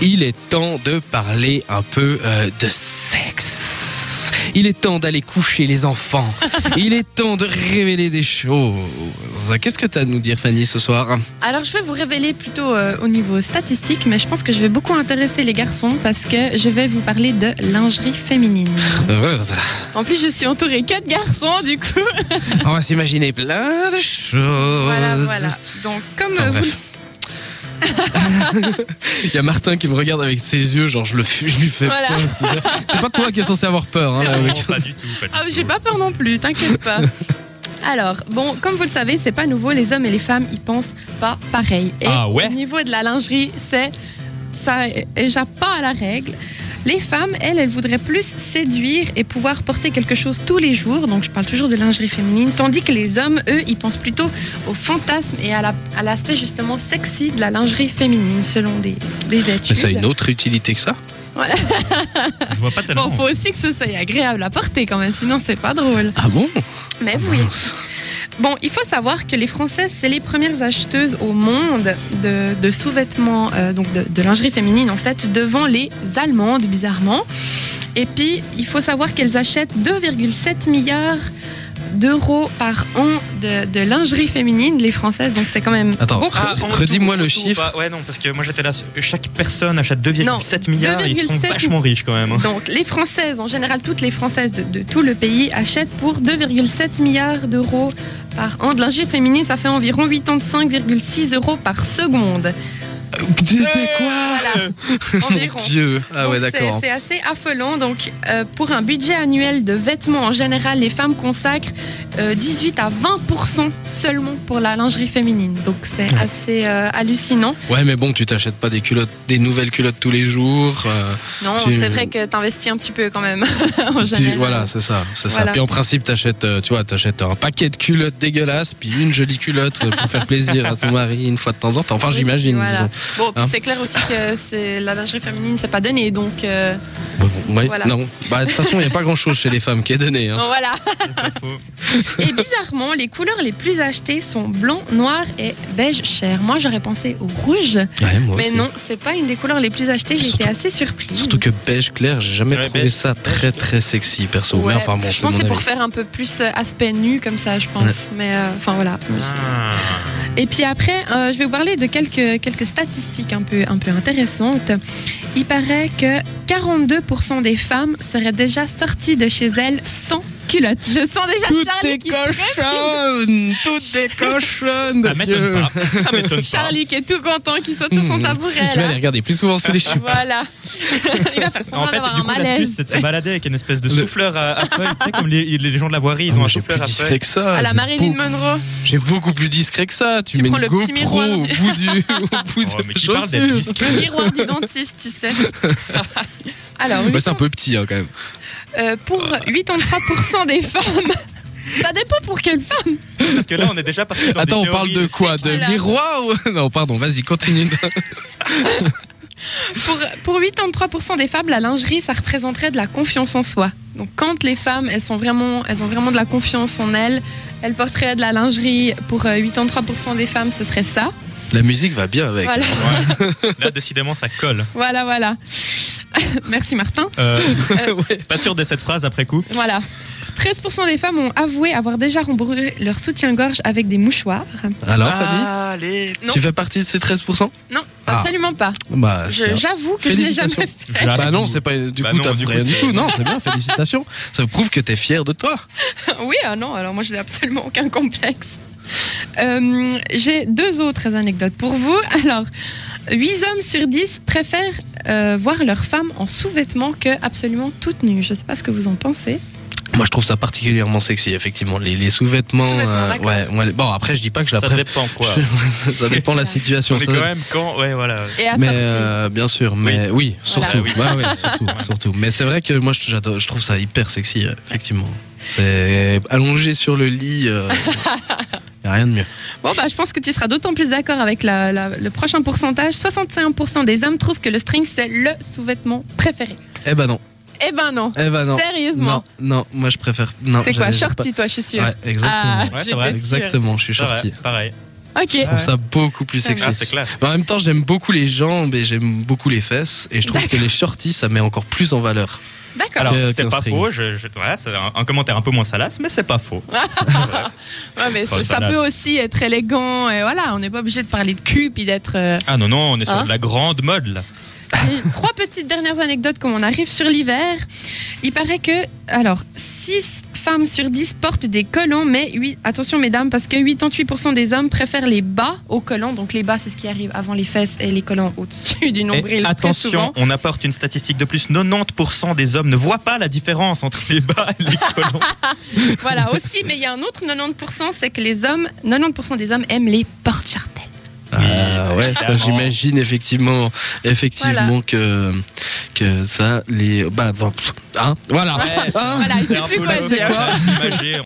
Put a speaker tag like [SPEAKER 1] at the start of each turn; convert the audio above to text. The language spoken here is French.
[SPEAKER 1] il est temps de parler un peu euh, de sexe. Il est temps d'aller coucher les enfants. Il est temps de révéler des choses. Qu'est-ce que tu as à nous dire, Fanny, ce soir
[SPEAKER 2] Alors, je vais vous révéler plutôt euh, au niveau statistique, mais je pense que je vais beaucoup intéresser les garçons parce que je vais vous parler de lingerie féminine.
[SPEAKER 1] Ah, Heureuse.
[SPEAKER 2] En plus, je suis entourée que de garçons, du coup.
[SPEAKER 1] On va s'imaginer plein de choses.
[SPEAKER 2] Voilà, voilà. Donc, comme
[SPEAKER 1] Oh, Enfin,
[SPEAKER 2] euh, vous
[SPEAKER 1] bref. Il y a Martin qui me regarde avec ses yeux, genre je, le, fu- je lui fais
[SPEAKER 2] Voilà.
[SPEAKER 1] peur. tu sais. C'est pas toi qui es censé avoir peur. Hein, là,
[SPEAKER 3] Non,
[SPEAKER 1] mec.
[SPEAKER 3] pas du tout. pas du
[SPEAKER 2] Ah, j'ai pas peur non plus, t'inquiète pas. Alors, bon, comme vous le savez, c'est pas nouveau, les hommes et les femmes, ils pensent pas pareil. Et
[SPEAKER 3] Ah ouais
[SPEAKER 2] au niveau de la lingerie, c'est. Ça échappe pas à la règle. Les femmes, elles, elles voudraient plus séduire et pouvoir porter quelque chose tous les jours, donc je parle toujours de lingerie féminine, tandis que les hommes, eux, ils pensent plutôt au fantasme et à la- à l'aspect justement sexy de la lingerie féminine, selon des, des études.
[SPEAKER 1] Mais ça a une autre utilité que ça
[SPEAKER 3] tout. Je vois pas tellement.
[SPEAKER 2] Bon, faut aussi que ce soit agréable à porter quand même, sinon c'est pas drôle.
[SPEAKER 1] Ah bon
[SPEAKER 2] Mais oui. Bon, il faut savoir que les Françaises, c'est les premières acheteuses au monde de, de sous-vêtements, euh, donc de, de lingerie féminine en fait, devant les Allemandes, bizarrement. Et puis, il faut savoir qu'elles achètent 2,7 milliards d'euros par an de, de lingerie féminine, les Françaises, donc c'est quand même
[SPEAKER 1] Attends,
[SPEAKER 2] beaucoup.
[SPEAKER 1] Ah,
[SPEAKER 3] en tout,
[SPEAKER 1] redis-moi le
[SPEAKER 3] en tout ou
[SPEAKER 1] chiffre.
[SPEAKER 3] pas Ouais, non, parce que moi j'étais là. Chaque personne achète 2,7 milliards. Ils sont
[SPEAKER 2] 2,7
[SPEAKER 3] vachement riches quand même. hein.
[SPEAKER 2] Donc, les Françaises, en général, toutes les Françaises de, de tout le pays achètent pour 2,7 milliards d'euros par an de lingerie féminine. Ça fait environ 85,6 euros par seconde.
[SPEAKER 3] Euh,
[SPEAKER 1] C'était
[SPEAKER 3] Eh
[SPEAKER 1] quoi
[SPEAKER 2] Voilà,
[SPEAKER 1] Mon
[SPEAKER 2] environ.
[SPEAKER 1] Dieu. Ah ouais,
[SPEAKER 2] Donc, c'est-
[SPEAKER 1] d'accord.
[SPEAKER 2] C'est assez affolant. Donc, euh, pour un budget annuel de vêtements en général, les femmes consacrent euh, 18 à 20 seulement pour la lingerie féminine. Donc, c'est assez euh, hallucinant.
[SPEAKER 1] Ouais, mais bon, tu t'achètes pas des culottes, des nouvelles culottes tous les jours. euh,
[SPEAKER 2] Non,
[SPEAKER 1] Tu-
[SPEAKER 2] c'est vrai que t'investis un petit peu quand même. en
[SPEAKER 1] tu-
[SPEAKER 2] général.
[SPEAKER 1] voilà, c'est ça, c'est ça.
[SPEAKER 2] Voilà.
[SPEAKER 1] Puis en principe, t'achètes, euh, tu vois, t'achètes un paquet de culottes dégueulasses, puis une jolie culotte euh, pour faire plaisir à ton mari une fois de temps en temps. Enfin,
[SPEAKER 2] Oui,
[SPEAKER 1] j'imagine.
[SPEAKER 2] voilà.
[SPEAKER 1] disons.
[SPEAKER 2] Bon,
[SPEAKER 1] Hein
[SPEAKER 2] c'est clair aussi que c'est la lingerie féminine, c'est pas donné, donc euh,
[SPEAKER 1] Bon, bon, ouais,
[SPEAKER 2] Voilà.
[SPEAKER 1] Non, bah de toute façon, il y a pas grand-chose chez les femmes qui est donné. hein.
[SPEAKER 2] bon, voilà.
[SPEAKER 3] C'est pas faux.
[SPEAKER 2] Et bizarrement, les couleurs les plus achetées sont blanc, noir et beige chair. Moi, j'aurais pensé au rouge,
[SPEAKER 1] Ouais, moi
[SPEAKER 2] mais
[SPEAKER 1] aussi.
[SPEAKER 2] non, c'est pas une des couleurs les plus achetées. J'étais
[SPEAKER 1] Surtout-
[SPEAKER 2] assez surprise.
[SPEAKER 1] Surtout que beige clair, j'ai jamais
[SPEAKER 3] Ouais,
[SPEAKER 1] trouvé
[SPEAKER 3] beige-
[SPEAKER 1] ça très
[SPEAKER 3] clair.
[SPEAKER 1] très sexy perso. mais
[SPEAKER 2] Ouais,
[SPEAKER 1] enfin bon,
[SPEAKER 2] je
[SPEAKER 1] c'est
[SPEAKER 2] pense
[SPEAKER 1] mon
[SPEAKER 2] que c'est pour
[SPEAKER 1] avis.
[SPEAKER 2] faire un peu plus euh, aspect nu comme ça, je pense. Mais euh, enfin voilà.
[SPEAKER 3] Ah.
[SPEAKER 2] Et puis après, euh, je vais vous parler de quelques, quelques statistiques un peu, un peu intéressantes. Il paraît que 42% des femmes seraient déjà sorties de chez elles sans culotte. Je sens déjà
[SPEAKER 1] Toutes des
[SPEAKER 2] Charlie qui...
[SPEAKER 1] cochonnes Toutes des cochonnes
[SPEAKER 3] Ça
[SPEAKER 1] de Dieu.
[SPEAKER 3] m'étonne pas. Ça m'étonne pas.
[SPEAKER 2] Charlie qui est tout content, qui saute sur son
[SPEAKER 1] Mmh.
[SPEAKER 2] tabouret.
[SPEAKER 1] Je vais
[SPEAKER 2] là.
[SPEAKER 1] aller regarder plus souvent sous les cheveux.
[SPEAKER 2] Voilà. Il va faire semblant
[SPEAKER 3] En fait,
[SPEAKER 2] d'avoir
[SPEAKER 3] du
[SPEAKER 2] un
[SPEAKER 3] coup,
[SPEAKER 2] malaise.
[SPEAKER 3] l'astuce, c'est de se balader avec une espèce de
[SPEAKER 1] Le-
[SPEAKER 3] souffleur à, à feuilles. Tu sais, comme les, les gens de la voirie, ils
[SPEAKER 1] Ah,
[SPEAKER 3] ont
[SPEAKER 1] mais
[SPEAKER 3] un
[SPEAKER 1] J'ai plus
[SPEAKER 3] souffleur à feuilles.
[SPEAKER 1] discret que ça.
[SPEAKER 2] À la
[SPEAKER 1] J'ai
[SPEAKER 2] Marilyn
[SPEAKER 1] beaucoup-
[SPEAKER 2] Monroe.
[SPEAKER 1] J'ai beaucoup plus discret que ça. Tu,
[SPEAKER 2] Tu
[SPEAKER 1] mets
[SPEAKER 2] prends
[SPEAKER 1] une
[SPEAKER 2] le petit
[SPEAKER 1] GoPro
[SPEAKER 2] miroir
[SPEAKER 1] au
[SPEAKER 2] du-
[SPEAKER 1] bout du, au bout
[SPEAKER 3] Oh,
[SPEAKER 1] de
[SPEAKER 3] mais
[SPEAKER 1] la
[SPEAKER 3] tu parles d'être
[SPEAKER 1] chaussure.
[SPEAKER 3] discret.
[SPEAKER 2] Le miroir du dentiste, tu sais. Alors,
[SPEAKER 1] Ouais, Bah, c'est un peu petit hein, quand même.
[SPEAKER 2] euh, pour 83% des femmes. Ça dépend pour quelle femme.
[SPEAKER 3] Parce que là, on est déjà parti dans
[SPEAKER 1] Attends,
[SPEAKER 3] des
[SPEAKER 1] on parle de
[SPEAKER 3] théories.
[SPEAKER 1] quoi De
[SPEAKER 2] Voilà.
[SPEAKER 1] miroir ou- Non, pardon, vas-y, continue.
[SPEAKER 2] Pour, pour 83% des femmes, la lingerie, ça représenterait de la confiance en soi. Donc quand les femmes, elles, sont vraiment, elles ont vraiment de la confiance en elles, elles porteraient de la lingerie. Pour euh, 83% des femmes, ce serait ça.
[SPEAKER 1] La musique va bien avec.
[SPEAKER 2] Voilà,
[SPEAKER 3] Ouais. Là, décidément, ça colle.
[SPEAKER 2] voilà, voilà. Merci Martin.
[SPEAKER 3] Euh,
[SPEAKER 1] Ouais.
[SPEAKER 3] pas sûr de cette phrase après coup.
[SPEAKER 2] Voilà. 13% des femmes ont avoué avoir déjà rembourré leur soutien-gorge avec des mouchoirs.
[SPEAKER 1] Alors, Fanny
[SPEAKER 3] Allez.
[SPEAKER 2] Ah, Non.
[SPEAKER 1] Tu fais partie de ces 13%
[SPEAKER 2] Non,
[SPEAKER 1] Ah.
[SPEAKER 2] absolument pas.
[SPEAKER 1] Bah,
[SPEAKER 2] Je- J'avoue que je n'ai
[SPEAKER 1] Félicitations.
[SPEAKER 2] jamais
[SPEAKER 1] Bah non, c'est pas du
[SPEAKER 3] Bah
[SPEAKER 1] coup
[SPEAKER 3] non,
[SPEAKER 1] t'as
[SPEAKER 3] du coup,
[SPEAKER 1] rien du
[SPEAKER 3] c'est-
[SPEAKER 1] tout. Non, c'est bien, félicitations. Ça prouve que t'es fier de toi.
[SPEAKER 2] Oui, ah non, alors moi je n'ai absolument aucun complexe. Euh, J'ai deux autres anecdotes pour vous. Alors, 8 hommes sur 10 préfèrent euh, voir leur femme en sous-vêtements que absolument toute nue. Je ne sais pas ce que vous en pensez.
[SPEAKER 1] Moi, je trouve ça particulièrement sexy, effectivement, les, les sous-vêtements.
[SPEAKER 2] Sous-vêtements,
[SPEAKER 1] euh,
[SPEAKER 2] d'accord.
[SPEAKER 1] ouais, moi, les- bon après, je dis pas que je la
[SPEAKER 3] Ça
[SPEAKER 1] préfère.
[SPEAKER 3] dépend quoi.
[SPEAKER 1] Je- ça dépend de la situation.
[SPEAKER 3] On est
[SPEAKER 1] ça-
[SPEAKER 3] quand même quand. Ouais, voilà.
[SPEAKER 2] Et à
[SPEAKER 1] Mais
[SPEAKER 2] sortir.
[SPEAKER 1] euh, bien sûr, mais oui, surtout,
[SPEAKER 3] Voilà.
[SPEAKER 1] Ouais, ouais, surtout, surtout. Mais c'est vrai que moi, je, j'adore- je trouve ça hyper sexy, euh, effectivement. C'est allongé sur le lit, euh, y a rien de mieux.
[SPEAKER 2] Bon, bah, je pense que tu seras d'autant plus d'accord avec la- la- le prochain pourcentage. 61% des hommes trouvent que le string, c'est le sous-vêtement préféré.
[SPEAKER 1] Eh ben non,
[SPEAKER 2] Eh ben non.
[SPEAKER 1] eh ben non,
[SPEAKER 2] Sérieusement.
[SPEAKER 1] non, non, moi je préfère. Non,
[SPEAKER 2] C'est quoi
[SPEAKER 1] j'ai- j'ai
[SPEAKER 2] Shorty, toi, je suis
[SPEAKER 1] pas-
[SPEAKER 2] sûre.
[SPEAKER 1] Ouais, exactement.
[SPEAKER 2] Ah,
[SPEAKER 3] Ouais, c'est
[SPEAKER 2] j'étais
[SPEAKER 3] vrai.
[SPEAKER 2] sûre.
[SPEAKER 1] Exactement, je suis
[SPEAKER 3] C'est vrai,
[SPEAKER 1] shorty.
[SPEAKER 3] Pareil.
[SPEAKER 2] Ok.
[SPEAKER 1] Je trouve ça beaucoup plus
[SPEAKER 2] Ah,
[SPEAKER 1] sexy.
[SPEAKER 3] Ah, c'est clair.
[SPEAKER 1] Mais en même temps, j'aime beaucoup les jambes et j'aime beaucoup les fesses. Et je trouve que les shorties, ça met encore plus en valeur.
[SPEAKER 2] D'accord.
[SPEAKER 3] Alors,
[SPEAKER 1] qu'un
[SPEAKER 3] c'est pas
[SPEAKER 1] string.
[SPEAKER 3] faux. Je, je- voilà, c'est un, un commentaire un peu moins salace, mais c'est pas faux.
[SPEAKER 2] Ouais, mais
[SPEAKER 3] Enfin,
[SPEAKER 2] ça
[SPEAKER 3] ça
[SPEAKER 2] peut
[SPEAKER 3] n'a-
[SPEAKER 2] aussi être élégant et voilà, on n'est pas obligé de parler de cul puis d'être. euh,
[SPEAKER 3] Ah non, non, on est sur
[SPEAKER 2] Hein
[SPEAKER 3] de la grande mode là.
[SPEAKER 2] Et Trois petites dernières anecdotes quand on arrive sur l'hiver. Il paraît que, alors, 6 femmes sur 10 portent des collants, mais huit- attention mesdames, parce que 88% des hommes préfèrent les bas aux collants. Donc les bas, c'est ce qui arrive avant les fesses et les collants au-dessus du
[SPEAKER 3] Et
[SPEAKER 2] nombril. très
[SPEAKER 3] attention,
[SPEAKER 2] souvent.
[SPEAKER 3] on apporte une statistique de plus 90% des hommes ne voient pas la différence entre les bas et les collants.
[SPEAKER 2] Voilà aussi, mais il y a un autre 90%, c'est que les hommes, 90% des hommes aiment les portes chartelles.
[SPEAKER 1] Ah ouais, ça
[SPEAKER 3] clairement.
[SPEAKER 1] j'imagine effectivement, effectivement
[SPEAKER 2] Voilà.
[SPEAKER 1] que que ça les bah attends, hein, voilà.
[SPEAKER 3] Ouais,
[SPEAKER 1] Hein
[SPEAKER 2] Voilà, il sait plus quoi
[SPEAKER 3] peu
[SPEAKER 2] dire.
[SPEAKER 3] l'hommage à l'imager.